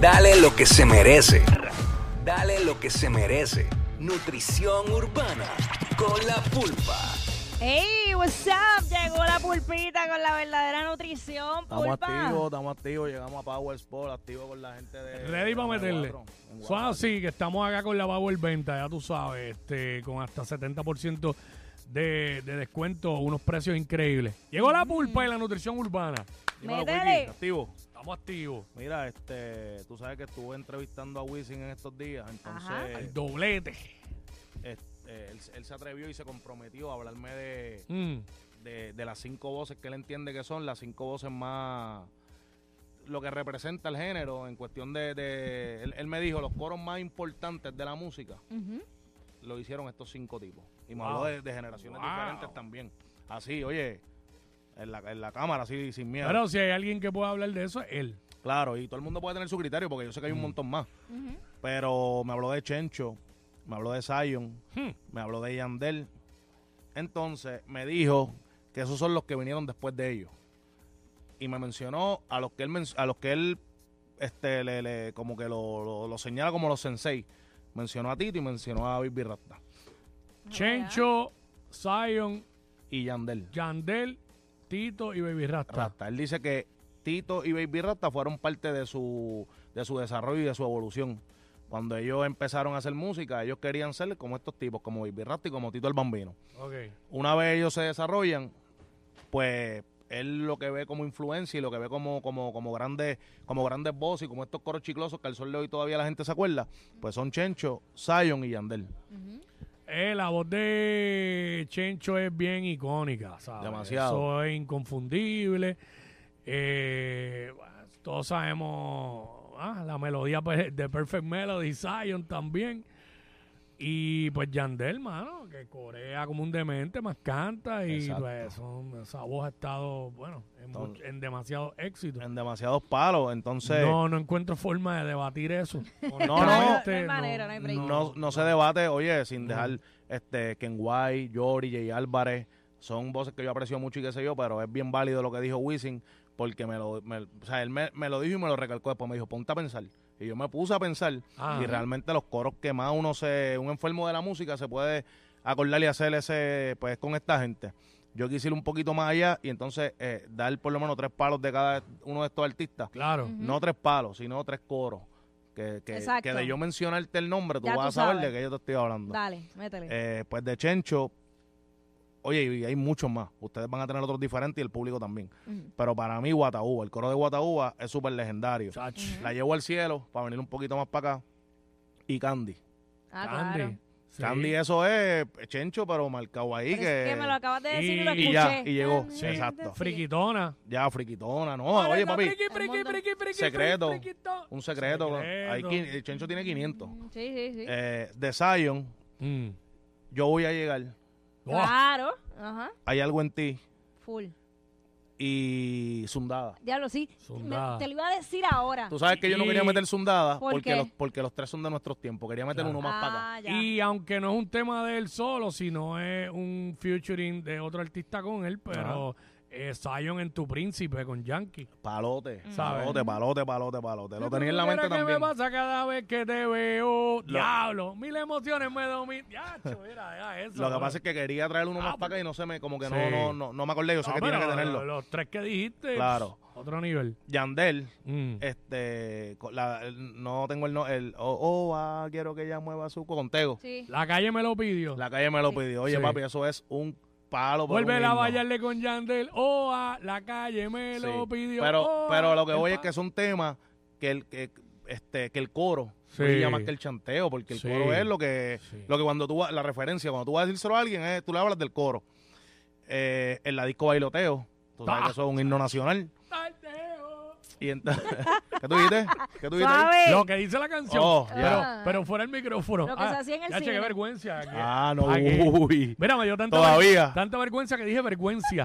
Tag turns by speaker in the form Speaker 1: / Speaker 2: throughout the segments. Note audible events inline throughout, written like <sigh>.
Speaker 1: Dale lo que se merece. Dale lo que se merece. Nutrición urbana con la pulpa.
Speaker 2: Hey, what's up? Llegó la pulpita con la verdadera nutrición,
Speaker 3: Estamos
Speaker 2: pulpa.
Speaker 3: activos, estamos activos, llegamos a Power Sport, activo con la gente de.
Speaker 4: Ready para
Speaker 3: de
Speaker 4: meterle.
Speaker 3: cuatro, en
Speaker 4: Son
Speaker 3: Guapa.
Speaker 4: así que estamos acá con la Power Venta, ya tú sabes, este, con hasta 70% de, de descuento, unos precios increíbles. Llegó la pulpa y la nutrición urbana.
Speaker 3: Dímelo,
Speaker 2: Métele.
Speaker 3: Wiki, activo.
Speaker 4: Estamos activos.
Speaker 3: Mira, este, tú sabes que estuve entrevistando a Wisin en estos días,
Speaker 2: Ajá.
Speaker 4: El
Speaker 3: entonces
Speaker 4: doblete.
Speaker 3: este, él, él se atrevió y se comprometió a hablarme de,
Speaker 4: Mm.
Speaker 3: de- de las cinco voces que él entiende que son las cinco voces más lo que representa el género en cuestión de, de- él, él me dijo los coros más importantes de la música
Speaker 2: Ujú.
Speaker 3: lo hicieron estos cinco tipos. Y me
Speaker 4: Wow.
Speaker 3: habló de, de generaciones
Speaker 4: Wow.
Speaker 3: diferentes también. Así, oye, en la, en la cámara, así, sin miedo.
Speaker 4: Pero si hay alguien que pueda hablar de eso, es él.
Speaker 3: Claro, y todo el mundo puede tener su criterio, porque yo sé que hay un montón más.
Speaker 2: Ujú.
Speaker 3: Pero me habló de Chencho, me habló de Zion,
Speaker 4: Hmm.
Speaker 3: me habló de Yandel. Entonces me dijo que esos son los que vinieron después de ellos. Y me mencionó a los que él, men- a los que él este, le, le- como que lo, lo- lo señala como los sensei. Mencionó a Tito y mencionó a Bibi Rasta
Speaker 4: Chencho, Zion,
Speaker 3: y Yandel.
Speaker 4: Yandel, Tito y Baby Rasta.
Speaker 3: Rasta. Él dice que Tito y Baby Rasta fueron parte de su, de su desarrollo y de su evolución. Cuando ellos empezaron a hacer música, ellos querían ser como estos tipos, como Baby Rasta y como Tito el Bambino.
Speaker 4: Ok.
Speaker 3: Una vez ellos se desarrollan, pues él lo que ve como influencia y lo que ve como, como, como grandes, como grandes voces y como estos coros chiclosos que al sol de hoy todavía la gente se acuerda, pues son Chencho, Zion y Yandel.
Speaker 4: Eh, la voz de Chencho es bien icónica, ¿sabes?
Speaker 3: Demasiado.
Speaker 4: Eso es inconfundible. Eh, todos sabemos ah, la melodía pe- de Perfect Melody, Zion también. Y pues Yandel, mano, que corea como un demente, más canta y
Speaker 3: Exacto.
Speaker 4: pues son- esa voz ha estado, bueno, en,
Speaker 3: Todo.
Speaker 4: much- en demasiado éxito.
Speaker 3: En demasiados palos, entonces...
Speaker 4: No, no encuentro forma de debatir eso. Este,
Speaker 3: No, no
Speaker 2: hay manera, no hay break.
Speaker 3: no, no se debate, oye, sin dejar este Ken White, Jory, Jay Álvarez, son voces que yo aprecio mucho y qué sé yo, pero es bien válido lo que dijo Wisin, porque me lo, me- o sea, él me, me lo dijo y me lo recalcó después, me dijo, ponte a pensar. Y yo me puse a pensar,
Speaker 4: Ah.
Speaker 3: y realmente los coros que más uno se, un enfermo de la música se puede acordar y hacer ese, pues con esta gente. Yo quise ir un poquito más allá y entonces eh, dar por lo menos tres palos de cada uno de estos artistas
Speaker 4: Claro.
Speaker 3: no tres palos, sino tres coros. Que, que,
Speaker 2: Exacto.
Speaker 3: que de yo mencionarte el nombre, tú
Speaker 2: Ya
Speaker 3: vas
Speaker 2: tú
Speaker 3: a saber
Speaker 2: sabes.
Speaker 3: de qué yo te estoy hablando.
Speaker 2: Dale, métele.
Speaker 3: Eh, pues de Chencho, oye, y hay muchos más. Ustedes van a tener otros diferentes y el público también.
Speaker 2: Ujú.
Speaker 3: Pero para mí, Guataúba, el coro de Guataúba es súper legendario.
Speaker 4: Chach.
Speaker 3: La llevo al cielo para venir un poquito más para acá. Y Candy.
Speaker 2: Ah,
Speaker 4: Candy.
Speaker 2: claro.
Speaker 4: Sí.
Speaker 3: Candy, eso es Chencho, pero marcado ahí.
Speaker 2: Pero
Speaker 3: que,
Speaker 2: es que me lo acabas de decir y, lo
Speaker 4: y-
Speaker 2: escuché.
Speaker 3: y ya, y llegó.
Speaker 2: Candy,
Speaker 4: Sí.
Speaker 3: Exacto.
Speaker 4: Friquitona.
Speaker 3: Ya, friquitona, no. Oye, papi,
Speaker 4: Friqui, friqui, friqui, friqui,
Speaker 3: Secreto.
Speaker 4: friquito.
Speaker 3: un secreto. Hay
Speaker 4: Secreto.
Speaker 3: quin- Chencho tiene 500.
Speaker 2: Mm, Sí, sí, sí.
Speaker 3: Eh, de Zion,
Speaker 4: Mm.
Speaker 3: yo voy a llegar,
Speaker 4: Buah.
Speaker 2: Claro. Ajá.
Speaker 3: hay algo en ti
Speaker 2: Full.
Speaker 3: y Sundada.
Speaker 2: Diablo, sí.
Speaker 4: Zundada.
Speaker 2: Me- te lo iba a decir ahora.
Speaker 3: Tú sabes que yo no
Speaker 4: Y-
Speaker 3: quería meter Sundada
Speaker 2: ¿Por
Speaker 3: porque
Speaker 2: qué?
Speaker 3: los, porque los tres son de nuestros tiempos. Quería meter
Speaker 4: Claro.
Speaker 3: uno más para acá.
Speaker 2: ah, ya.
Speaker 4: Y aunque no es un tema de él solo, sino es un featuring de otro artista con él, pero eh, Zion en tu príncipe con Yankee.
Speaker 3: Palote,
Speaker 4: ¿Sabes?
Speaker 3: palote, palote, palote, palote. Lo
Speaker 4: Si
Speaker 3: tenía
Speaker 4: tú
Speaker 3: en la mente
Speaker 4: supieras
Speaker 3: también.
Speaker 4: ¿Qué me pasa cada vez que te veo? Diablo, mil emociones me dominan. Diacho, mira, deja eso.
Speaker 3: Lo que pasa es que quería traer uno
Speaker 4: Ah,
Speaker 3: más para acá y no se me, como que
Speaker 4: Sí.
Speaker 3: no, no, no, no me acordé. Yo sé que tiene que tenerlo.
Speaker 4: Los tres que dijiste.
Speaker 3: Claro.
Speaker 4: pff, Otro nivel.
Speaker 3: Yandel,
Speaker 4: Mm.
Speaker 3: este, co- la- el- no tengo el no, el oh, oh, ah, quiero que ella mueva su contego.
Speaker 2: Sí.
Speaker 4: La calle me lo pidió.
Speaker 3: La calle me lo pidió. Oye,
Speaker 4: Sí.
Speaker 3: papi, eso es un palo. por
Speaker 4: Vuelve
Speaker 3: un
Speaker 4: a
Speaker 3: himno.
Speaker 4: bailarle con Yandel. Oh, a la calle me
Speaker 3: Sí,
Speaker 4: lo pidió.
Speaker 3: Pero,
Speaker 4: oh,
Speaker 3: pero lo que
Speaker 4: el
Speaker 3: voy es
Speaker 4: pa-
Speaker 3: que son temas que el, que, este, que el coro
Speaker 4: Sí.
Speaker 3: brilla más que el chanteo, porque el
Speaker 4: Sí.
Speaker 3: coro es lo que,
Speaker 4: Sí.
Speaker 3: lo que cuando tú vas- la referencia, cuando tú vas a decírselo a alguien, es, tú le hablas del coro. Eh, en la disco bailoteo, tú sabes
Speaker 4: Ah.
Speaker 3: que eso es un himno nacional.
Speaker 4: Tardeo.
Speaker 3: Y ento- <laughs> ¿Qué tú dijiste? ¿Qué tú dijiste? ahí?
Speaker 2: Suave.
Speaker 4: Lo que dice la canción.
Speaker 3: Oh,
Speaker 4: pero,
Speaker 2: ya.
Speaker 4: pero fuera el micrófono. Ah,
Speaker 2: Lo que se hacía en el
Speaker 4: ya, che,
Speaker 2: cine.
Speaker 4: qué vergüenza. que-
Speaker 3: Ah, no,
Speaker 4: Aquí.
Speaker 3: uy.
Speaker 4: Mira, me dio tanta,
Speaker 3: Todavía.
Speaker 4: ver- tanta vergüenza que
Speaker 3: <laughs>
Speaker 4: dije vergüenza.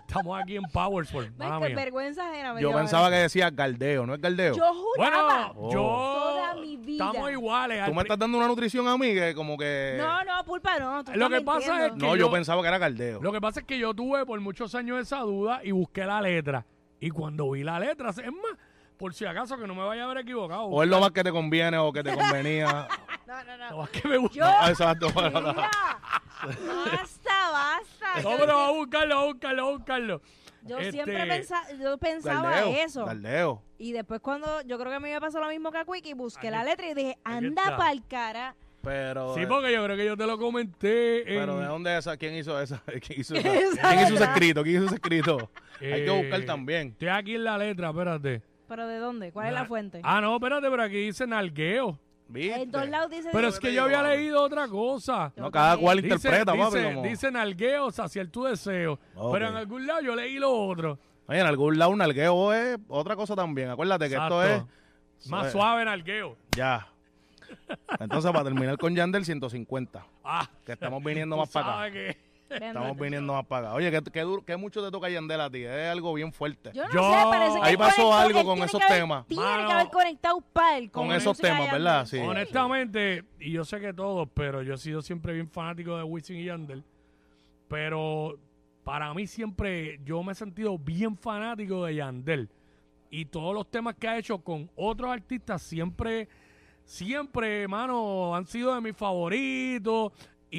Speaker 4: Estamos aquí en Powersport.
Speaker 2: Ves que vergüenza ajena. me
Speaker 3: Yo
Speaker 2: dio
Speaker 3: pensaba
Speaker 2: ahora.
Speaker 3: que decía galdeo, ¿no es galdeo?
Speaker 2: Yo
Speaker 4: Bueno,
Speaker 2: juraba.
Speaker 3: Oh.
Speaker 4: yo.
Speaker 2: Toda mi vida.
Speaker 4: Estamos iguales.
Speaker 3: Tú
Speaker 4: Al
Speaker 3: me
Speaker 4: pri-
Speaker 3: estás dando una nutrición a mí que como que...
Speaker 2: No, no, pulpa, no. tú
Speaker 4: Lo
Speaker 2: estás
Speaker 4: que pasa
Speaker 2: mintiendo.
Speaker 4: es que
Speaker 3: No, yo
Speaker 4: yo-
Speaker 3: pensaba que era galdeo.
Speaker 4: Lo que pasa es que yo tuve por muchos años esa duda y busqué la letra. Y cuando vi la letra, es más, Por si acaso, que no me vaya a haber equivocado.
Speaker 3: O es lo más que te conviene o que te convenía.
Speaker 4: <laughs>
Speaker 2: No, no,
Speaker 4: Lo
Speaker 2: no.
Speaker 4: más que me gusta.
Speaker 2: Yo.
Speaker 3: Ah, Exacto. <laughs>
Speaker 2: Mira, <laughs> basta, basta.
Speaker 4: No,
Speaker 2: Yo-
Speaker 4: pero vamos a buscarlo, vamos a buscarlo, vamos a buscarlo.
Speaker 2: Yo
Speaker 4: Este,
Speaker 2: siempre pensa- yo pensaba
Speaker 3: Dardeo.
Speaker 2: eso.
Speaker 3: Dardeo.
Speaker 2: Y después cuando yo creo que a mí me pasó lo mismo que a Quickie, busqué
Speaker 4: Aquí-
Speaker 2: la letra y dije,
Speaker 4: aquí está.
Speaker 2: anda pa'l cara.
Speaker 3: Pero.
Speaker 4: Sí, porque yo creo que yo te lo comenté. en-
Speaker 3: Pero ¿de dónde es esa? ¿Quién hizo esa? <laughs> ¿Quién hizo esa?
Speaker 2: Esa
Speaker 3: ¿Quién hizo ese
Speaker 2: letra.
Speaker 3: escrito? ¿Quién hizo ese
Speaker 4: <laughs>
Speaker 3: escrito? Hay que
Speaker 4: Eh,
Speaker 3: buscar también.
Speaker 4: Estoy aquí en la letra, espérate.
Speaker 2: ¿Pero de dónde? ¿Cuál es
Speaker 4: Na-
Speaker 2: la fuente?
Speaker 4: Ah, no, espérate, pero aquí dice nalgueo.
Speaker 3: ¿Viste?
Speaker 2: En todos lados dice...
Speaker 4: Pero es que yo había leído otra cosa.
Speaker 3: No, cada cual interpreta,
Speaker 4: dice,
Speaker 3: papi.
Speaker 4: dice,
Speaker 3: como-
Speaker 4: dice nalgueo, saciar tu deseo.
Speaker 3: Ok.
Speaker 4: Pero en algún lado yo leí lo otro.
Speaker 3: Oye, en algún lado un nalgueo es otra cosa también. Acuérdate que esto
Speaker 4: Exacto.
Speaker 3: es.
Speaker 4: Más
Speaker 3: Eso es.
Speaker 4: suave nalgueo.
Speaker 3: Ya. Entonces, para terminar con Yandel, 150.
Speaker 4: Ah,
Speaker 3: Que estamos viniendo
Speaker 4: tú
Speaker 3: más para acá.
Speaker 4: sabes que-
Speaker 3: Estamos viniendo más para acá. Oye, que, mucho te toca Yandel a ti. Es algo bien fuerte.
Speaker 2: Yo no
Speaker 4: Yo-
Speaker 2: sé, parece que
Speaker 3: Ahí
Speaker 2: él
Speaker 3: pasó
Speaker 2: conectó-
Speaker 3: algo
Speaker 2: él
Speaker 3: con
Speaker 2: tiene
Speaker 3: esos
Speaker 2: que haber-
Speaker 3: temas.
Speaker 2: Tiene
Speaker 4: Mano,
Speaker 2: que haber conectado pal
Speaker 3: con esos temas, ¿verdad? Sí.
Speaker 4: Honestamente, y yo sé que todos, pero yo he sido siempre bien fanático de Wisin y Yandel. Pero para mí siempre yo me he sentido bien fanático de Yandel. Y todos los temas que ha hecho con otros artistas siempre, siempre, hermano, han sido de mis favoritos. Y,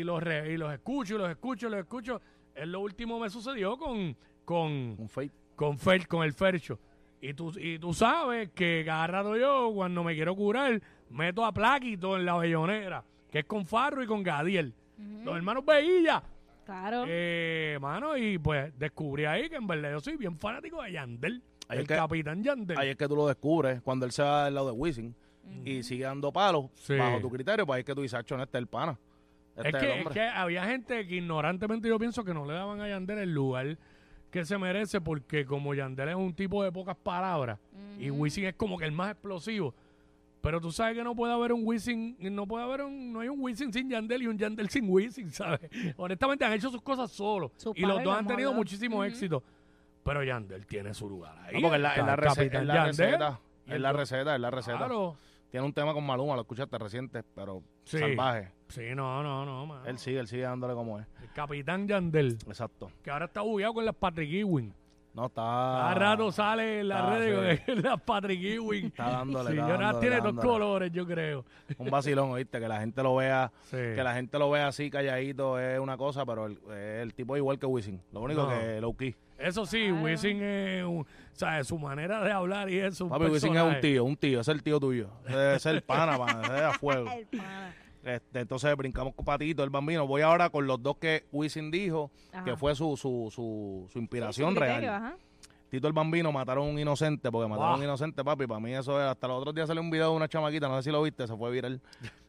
Speaker 4: y los, re- y los escucho, y los escucho, y los escucho. Es lo último que me sucedió con, con,
Speaker 3: Un fake.
Speaker 4: con, Fer, con el Fercho. Y tú, y tú sabes que cada rato yo, cuando me quiero curar, meto a Plaquito en la Bellonera, que es con Farro y con Gadiel. Los hermanos Veilla.
Speaker 2: Claro.
Speaker 4: Eh, mano, y pues descubrí ahí que en verdad yo soy bien fanático de Yandel.
Speaker 3: Ahí
Speaker 4: el
Speaker 3: es que-
Speaker 4: capitán Yandel.
Speaker 3: Ahí es que tú lo descubres cuando él se va del lado de Wisin y sigue dando palos
Speaker 4: Sí.
Speaker 3: bajo tu criterio. Pues ahí es que tú dices, "Acho, no, este es el pana. Este es,
Speaker 4: es,
Speaker 3: el
Speaker 4: que, es
Speaker 3: hombre.
Speaker 4: que había gente que ignorantemente yo pienso que no le daban a Yandel el lugar que se merece porque como Yandel es un tipo de pocas palabras y
Speaker 2: Mm.
Speaker 4: Wisin es como que el más explosivo. Pero tú sabes que no puede haber un Wisin, no puede haber un, no hay un Wisin sin Yandel y un Yandel sin Wisin, <laughs> ¿sabes? Honestamente han hecho sus cosas solos
Speaker 2: Sus
Speaker 4: y los
Speaker 2: pares,
Speaker 4: dos
Speaker 2: lo
Speaker 4: han
Speaker 2: hemos
Speaker 4: tenido
Speaker 2: hablado.
Speaker 4: muchísimo éxito. Pero Yandel tiene su lugar ahí.
Speaker 3: No, porque en la, en la
Speaker 4: Está el
Speaker 3: rece-
Speaker 4: capitán
Speaker 3: en la
Speaker 4: Yandel.
Speaker 3: receta.
Speaker 4: Y
Speaker 3: En la
Speaker 4: el-
Speaker 3: receta, en la receta.
Speaker 4: Claro.
Speaker 3: Tiene un tema con Maluma, lo escuchaste reciente, pero
Speaker 4: Sí. Ah.
Speaker 3: salvaje.
Speaker 4: Sí, no, no, no, mano.
Speaker 3: Él sigue, él sigue dándole como es.
Speaker 4: El capitán Yandel,
Speaker 3: Exacto.
Speaker 4: que ahora está bugueado con las Patrick Ewing.
Speaker 3: No, está.
Speaker 4: A rato sale en las
Speaker 3: Ah,
Speaker 4: redes con <laughs> las Patrick Ewing.
Speaker 3: Está dándole,
Speaker 4: Sí,
Speaker 3: está
Speaker 4: yo nada,
Speaker 3: dándole,
Speaker 4: tiene dos
Speaker 3: dándole.
Speaker 4: colores, yo creo.
Speaker 3: Un vacilón, oíste, que la gente lo vea.
Speaker 4: Sí.
Speaker 3: Que la gente lo vea así calladito es una cosa, pero el, eh, el tipo es igual que Wisin. Lo único
Speaker 4: No.
Speaker 3: que low key.
Speaker 4: Eso sí, Wisin es un- o sea, su manera de hablar y eso. un
Speaker 3: Papi, Wisin es un
Speaker 4: personaje.
Speaker 3: tío, un tío, es el tío tuyo. Ese Es el pana, <laughs> pana, ese es a fuego.
Speaker 2: El pana.
Speaker 3: Este, entonces brincamos con Patito, el bambino. Voy ahora con los dos que Wisin dijo,
Speaker 2: Ajá.
Speaker 3: que fue su, su, su, su inspiración
Speaker 2: Su criterio,
Speaker 3: real.
Speaker 2: ajá.
Speaker 3: Tito el Bambino mataron a un inocente, porque mataron a un
Speaker 4: Wow.
Speaker 3: inocente, papi. Para mí eso era. Hasta los otros días salió un video de una chamaquita, no sé si lo viste, se fue
Speaker 4: <laughs>
Speaker 3: viral.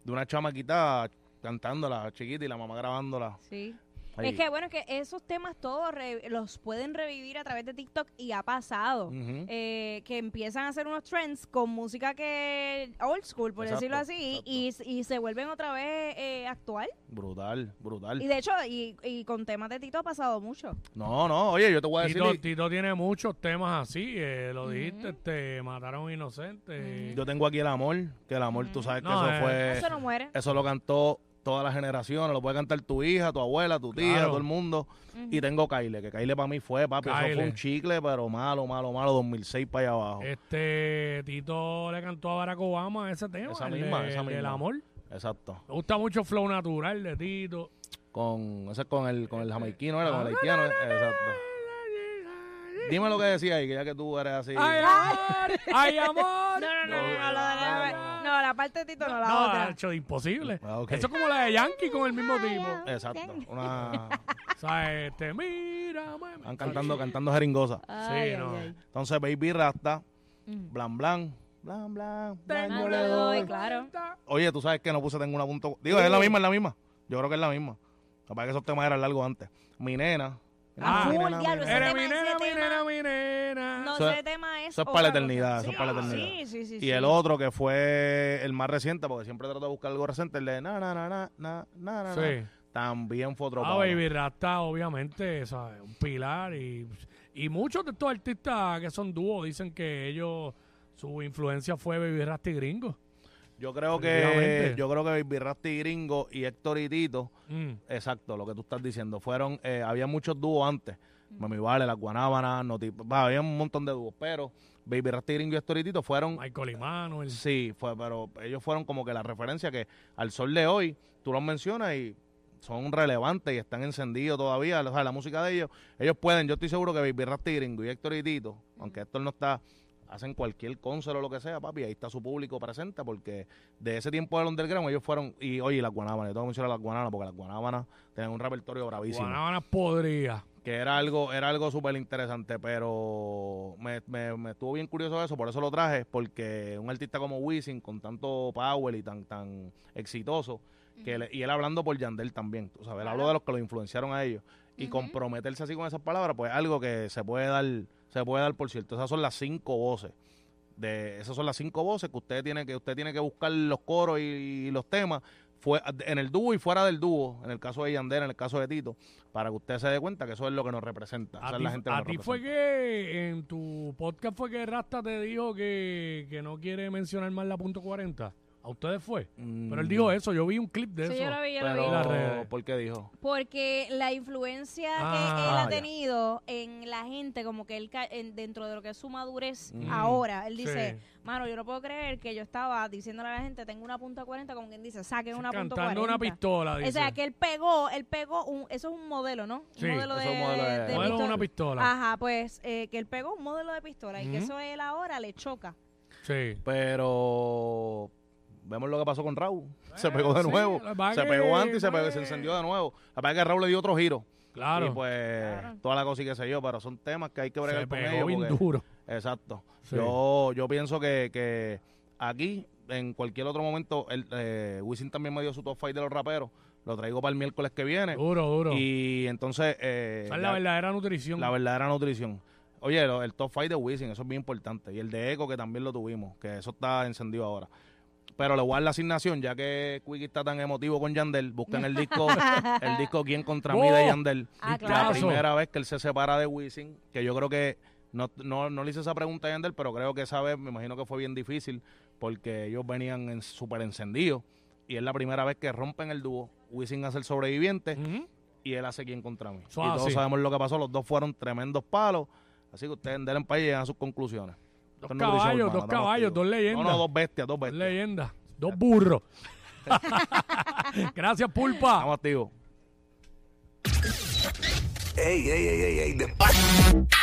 Speaker 3: De una chamaquita cantándola, chiquita, y la mamá grabándola.
Speaker 2: Sí.
Speaker 3: Ahí.
Speaker 2: Es que bueno, es que esos temas todos re- los pueden revivir a través de TikTok y ha pasado.
Speaker 3: Ujú.
Speaker 2: eh, que empiezan a hacer unos trends con música que old school, por
Speaker 3: Exacto,
Speaker 2: decirlo así, y, y se vuelven otra vez eh, actual.
Speaker 3: Brutal, brutal.
Speaker 2: Y de hecho, y, y con temas de Tito ha pasado mucho.
Speaker 3: No, no, oye, yo te voy a decir.
Speaker 4: Tito, Tito tiene muchos temas así, eh, lo dijiste, este, mataron a un inocente.
Speaker 3: Yo tengo aquí el amor, que el amor, tú sabes que
Speaker 4: No,
Speaker 3: eso
Speaker 4: eh,
Speaker 3: fue.
Speaker 2: Ah, Eso no muere.
Speaker 3: Eso lo cantó todas las generaciones, lo puede cantar tu hija, tu abuela, tu tía,
Speaker 4: Claro.
Speaker 3: todo el mundo. Y tengo Kyle, que Kyle para mí fue, papi, eso fue
Speaker 4: Kyle.
Speaker 3: un chicle, pero malo, malo, malo, 2006 para allá abajo.
Speaker 4: Este, Tito le cantó a Barack Obama ese tema,
Speaker 3: Esa
Speaker 4: el
Speaker 3: misma,
Speaker 4: de-
Speaker 3: esa
Speaker 4: el del
Speaker 3: misma.
Speaker 4: amor.
Speaker 3: Exacto.
Speaker 4: Me gusta mucho el flow natural de Tito.
Speaker 3: Con, ese es con el, con el jamaiquino, era con el haitiano, exacto. Dime lo que decía ahí, que ya que tú eres así.
Speaker 4: ¡Ay, amor! ¡Ay, amor!
Speaker 2: No, no, no, no, no, lo de la, no, la parte de Tito no, la
Speaker 4: No, ha
Speaker 2: otra.
Speaker 4: hecho de imposible.
Speaker 3: Ah, ok.
Speaker 4: Eso es como la de Yankee con el mismo tipo.
Speaker 3: Exacto. Una,
Speaker 4: O sea, este, mira, mami.
Speaker 3: van <laughs> cantando, cantando jeringosa.
Speaker 4: Sí, no.
Speaker 3: Entonces, Baby Rasta, Blan Blan, Blan Blan, Blan yo
Speaker 2: no
Speaker 3: le
Speaker 2: le
Speaker 3: doy.
Speaker 2: doy, claro.
Speaker 3: Oye, tú sabes que no puse tengo una punto. Digo, es la misma, es la misma. Yo creo que es la misma. Capaz que esos temas eran largos antes. Mi nena.
Speaker 4: Ah,
Speaker 3: Mi
Speaker 4: full,
Speaker 3: nena, mi
Speaker 2: diablo,
Speaker 3: nena.
Speaker 4: Eres
Speaker 2: tema,
Speaker 4: mi
Speaker 2: ese
Speaker 4: nena, mi
Speaker 2: tema.
Speaker 4: nena, mi nena.
Speaker 2: No
Speaker 3: Eso
Speaker 2: sé,
Speaker 3: es-
Speaker 2: el tema es.
Speaker 3: eso es para la
Speaker 2: otra
Speaker 3: eternidad,
Speaker 2: cosa.
Speaker 3: eso es para la
Speaker 2: Sí, ah,
Speaker 3: eternidad.
Speaker 2: Sí, sí, sí.
Speaker 3: Y el
Speaker 2: sí.
Speaker 3: otro que fue el más reciente, porque siempre trato de buscar algo reciente, el de na na na na na na na.
Speaker 4: Sí.
Speaker 3: También fue otro
Speaker 4: Ah,
Speaker 3: palo.
Speaker 4: Baby Rasta, obviamente, ¿sabes? Un pilar. Y, y muchos de estos artistas que son dúos dicen que ellos, su influencia fue Baby Rasta y Gringo.
Speaker 3: Yo creo que
Speaker 4: Definitivamente.
Speaker 3: yo creo que Baby Rasti Gringo y Héctor y Tito,
Speaker 4: Mm.
Speaker 3: exacto, lo que tú estás diciendo, fueron
Speaker 2: Mm.
Speaker 3: eh, había muchos dúos antes. Mami Vale, Las Guanábanas, Noti, bah, había un montón de dúos, pero Baby Rasta y Gringo y esto ahorita fueron
Speaker 4: Michael y Manuel.
Speaker 3: Sí, fue, pero ellos fueron como que la referencia que al sol de hoy, tú los mencionas y son relevantes y están encendidos todavía. O sea, la música de ellos, ellos pueden, yo estoy seguro que Baby Rasta y Gringo y Héctor y Tito, aunque Héctor no está, hacen cualquier concert o lo que sea, papi, ahí está su público presente, porque de ese tiempo del underground ellos fueron, y oye, las guanábanas, yo tengo que mencionar las guanábanas, porque las guanábanas tienen un repertorio bravísimo
Speaker 4: Guanábanas podría.
Speaker 3: que era algo era algo súper interesante, pero me, me- me estuvo bien curioso eso, por eso lo traje, porque un artista como Wisin, con tanto power y tan tan exitoso, que le- y él hablando por Yandel también, tú sabes, él habló de los que lo influenciaron a ellos, y comprometerse así con esas palabras, pues algo que se puede dar, se puede dar por cierto, esas son las cinco voces. De, esas son las cinco voces que usted tiene que usted tiene que buscar los coros y, los temas fue en el dúo y fuera del dúo en el caso de Yandel en el caso de Tito para que usted se dé cuenta que eso es lo que nos representa esa
Speaker 4: A
Speaker 3: es
Speaker 4: ti,
Speaker 3: la gente que
Speaker 4: a
Speaker 3: nos
Speaker 4: ti
Speaker 3: representa.
Speaker 4: fue que en tu podcast fue que Rasta te dijo que, que no quiere mencionar más la punto 40. A ustedes fue.
Speaker 3: Mm,
Speaker 4: Pero él dijo eso, yo vi un clip de
Speaker 2: Sí,
Speaker 4: eso.
Speaker 2: yo lo vi, yo
Speaker 3: pero,
Speaker 2: lo vi.
Speaker 4: las redes.
Speaker 3: ¿por qué dijo?
Speaker 2: Porque la influencia que él
Speaker 4: Ah,
Speaker 2: ha
Speaker 4: ya.
Speaker 2: tenido en la gente, como que él ca- en- dentro de lo que es su madurez
Speaker 3: Mm.
Speaker 2: ahora, él
Speaker 4: Sí.
Speaker 2: dice, mano, yo no puedo creer que yo estaba diciéndole a la gente, tengo una punta 40, como quien dice, saquen una punta 40.
Speaker 4: Cantando una pistola, dice.
Speaker 2: O sea, que él pegó, él pegó, un, eso es un modelo, ¿no?
Speaker 4: Sí,
Speaker 2: un modelo de,
Speaker 3: eso es un modelo de-
Speaker 4: Modelo de
Speaker 2: pistola.
Speaker 4: una pistola.
Speaker 2: Ajá, pues eh, que él pegó un modelo de pistola y que
Speaker 4: Ujú.
Speaker 2: eso él ahora le choca.
Speaker 4: Sí.
Speaker 3: Pero vemos lo que pasó con Raúl. Se pegó de
Speaker 4: Eh, sí,
Speaker 3: nuevo.
Speaker 4: lo que pasa
Speaker 3: Se
Speaker 4: que-
Speaker 3: pegó antes y se,
Speaker 4: pues-
Speaker 3: pegó- se encendió de nuevo. La verdad que Raúl le dio otro giro. Y
Speaker 4: Claro.
Speaker 3: pues,
Speaker 2: Claro.
Speaker 3: toda la cosa y qué sé yo, pero son temas que hay que bregar
Speaker 4: se
Speaker 3: con
Speaker 4: pegó
Speaker 3: ellos.
Speaker 4: bien
Speaker 3: porque- <laughs>
Speaker 4: duro.
Speaker 3: Exacto.
Speaker 4: Sí.
Speaker 3: Yo, yo pienso que, que aquí, en cualquier otro momento, el, eh, Wisin también me dio su top 5 de los raperos. Lo traigo para el miércoles que viene.
Speaker 4: Duro, duro.
Speaker 3: Y entonces. eh,
Speaker 4: Esa es
Speaker 3: ya-
Speaker 4: la verdadera nutrición.
Speaker 3: la verdadera nutrición. Oye, lo- el top 5 de Wisin, eso es bien importante. Y el de Echo, que también lo tuvimos, que eso está encendido ahora. Pero le voy a dar la asignación, ya que Quickie está tan emotivo con Yandel. Busquen el disco, el disco ¿Quién contra mí de
Speaker 4: Oh,
Speaker 3: Yandel.
Speaker 2: Ah,
Speaker 3: La
Speaker 2: claro.
Speaker 3: primera vez que él se separa de Wisin, que yo creo que no, no, no le hice esa pregunta a Yandel, pero creo que esa vez me imagino que fue bien difícil porque ellos venían en- súper encendidos. Y es la primera vez que rompen el dúo. Wisin hace el sobreviviente
Speaker 4: Ujú.
Speaker 3: y él hace quien contra mí.
Speaker 4: Suave,
Speaker 3: y todos
Speaker 4: sí.
Speaker 3: sabemos lo que pasó, los dos fueron tremendos palos. Así que ustedes denle para y llegan a sus conclusiones.
Speaker 4: Dos
Speaker 3: Esto es nutrición
Speaker 4: caballos,
Speaker 3: urbana,
Speaker 4: dos
Speaker 3: estamos
Speaker 4: caballos,
Speaker 3: activos.
Speaker 4: dos leyendas.
Speaker 3: No, no, dos bestias, dos
Speaker 4: Dos
Speaker 3: bestias. <laughs>
Speaker 4: leyendas. Dos burros. <laughs> Gracias, Pulpa.
Speaker 3: Estamos activos.
Speaker 1: Ey, ey, ey, ey, ey, de pa-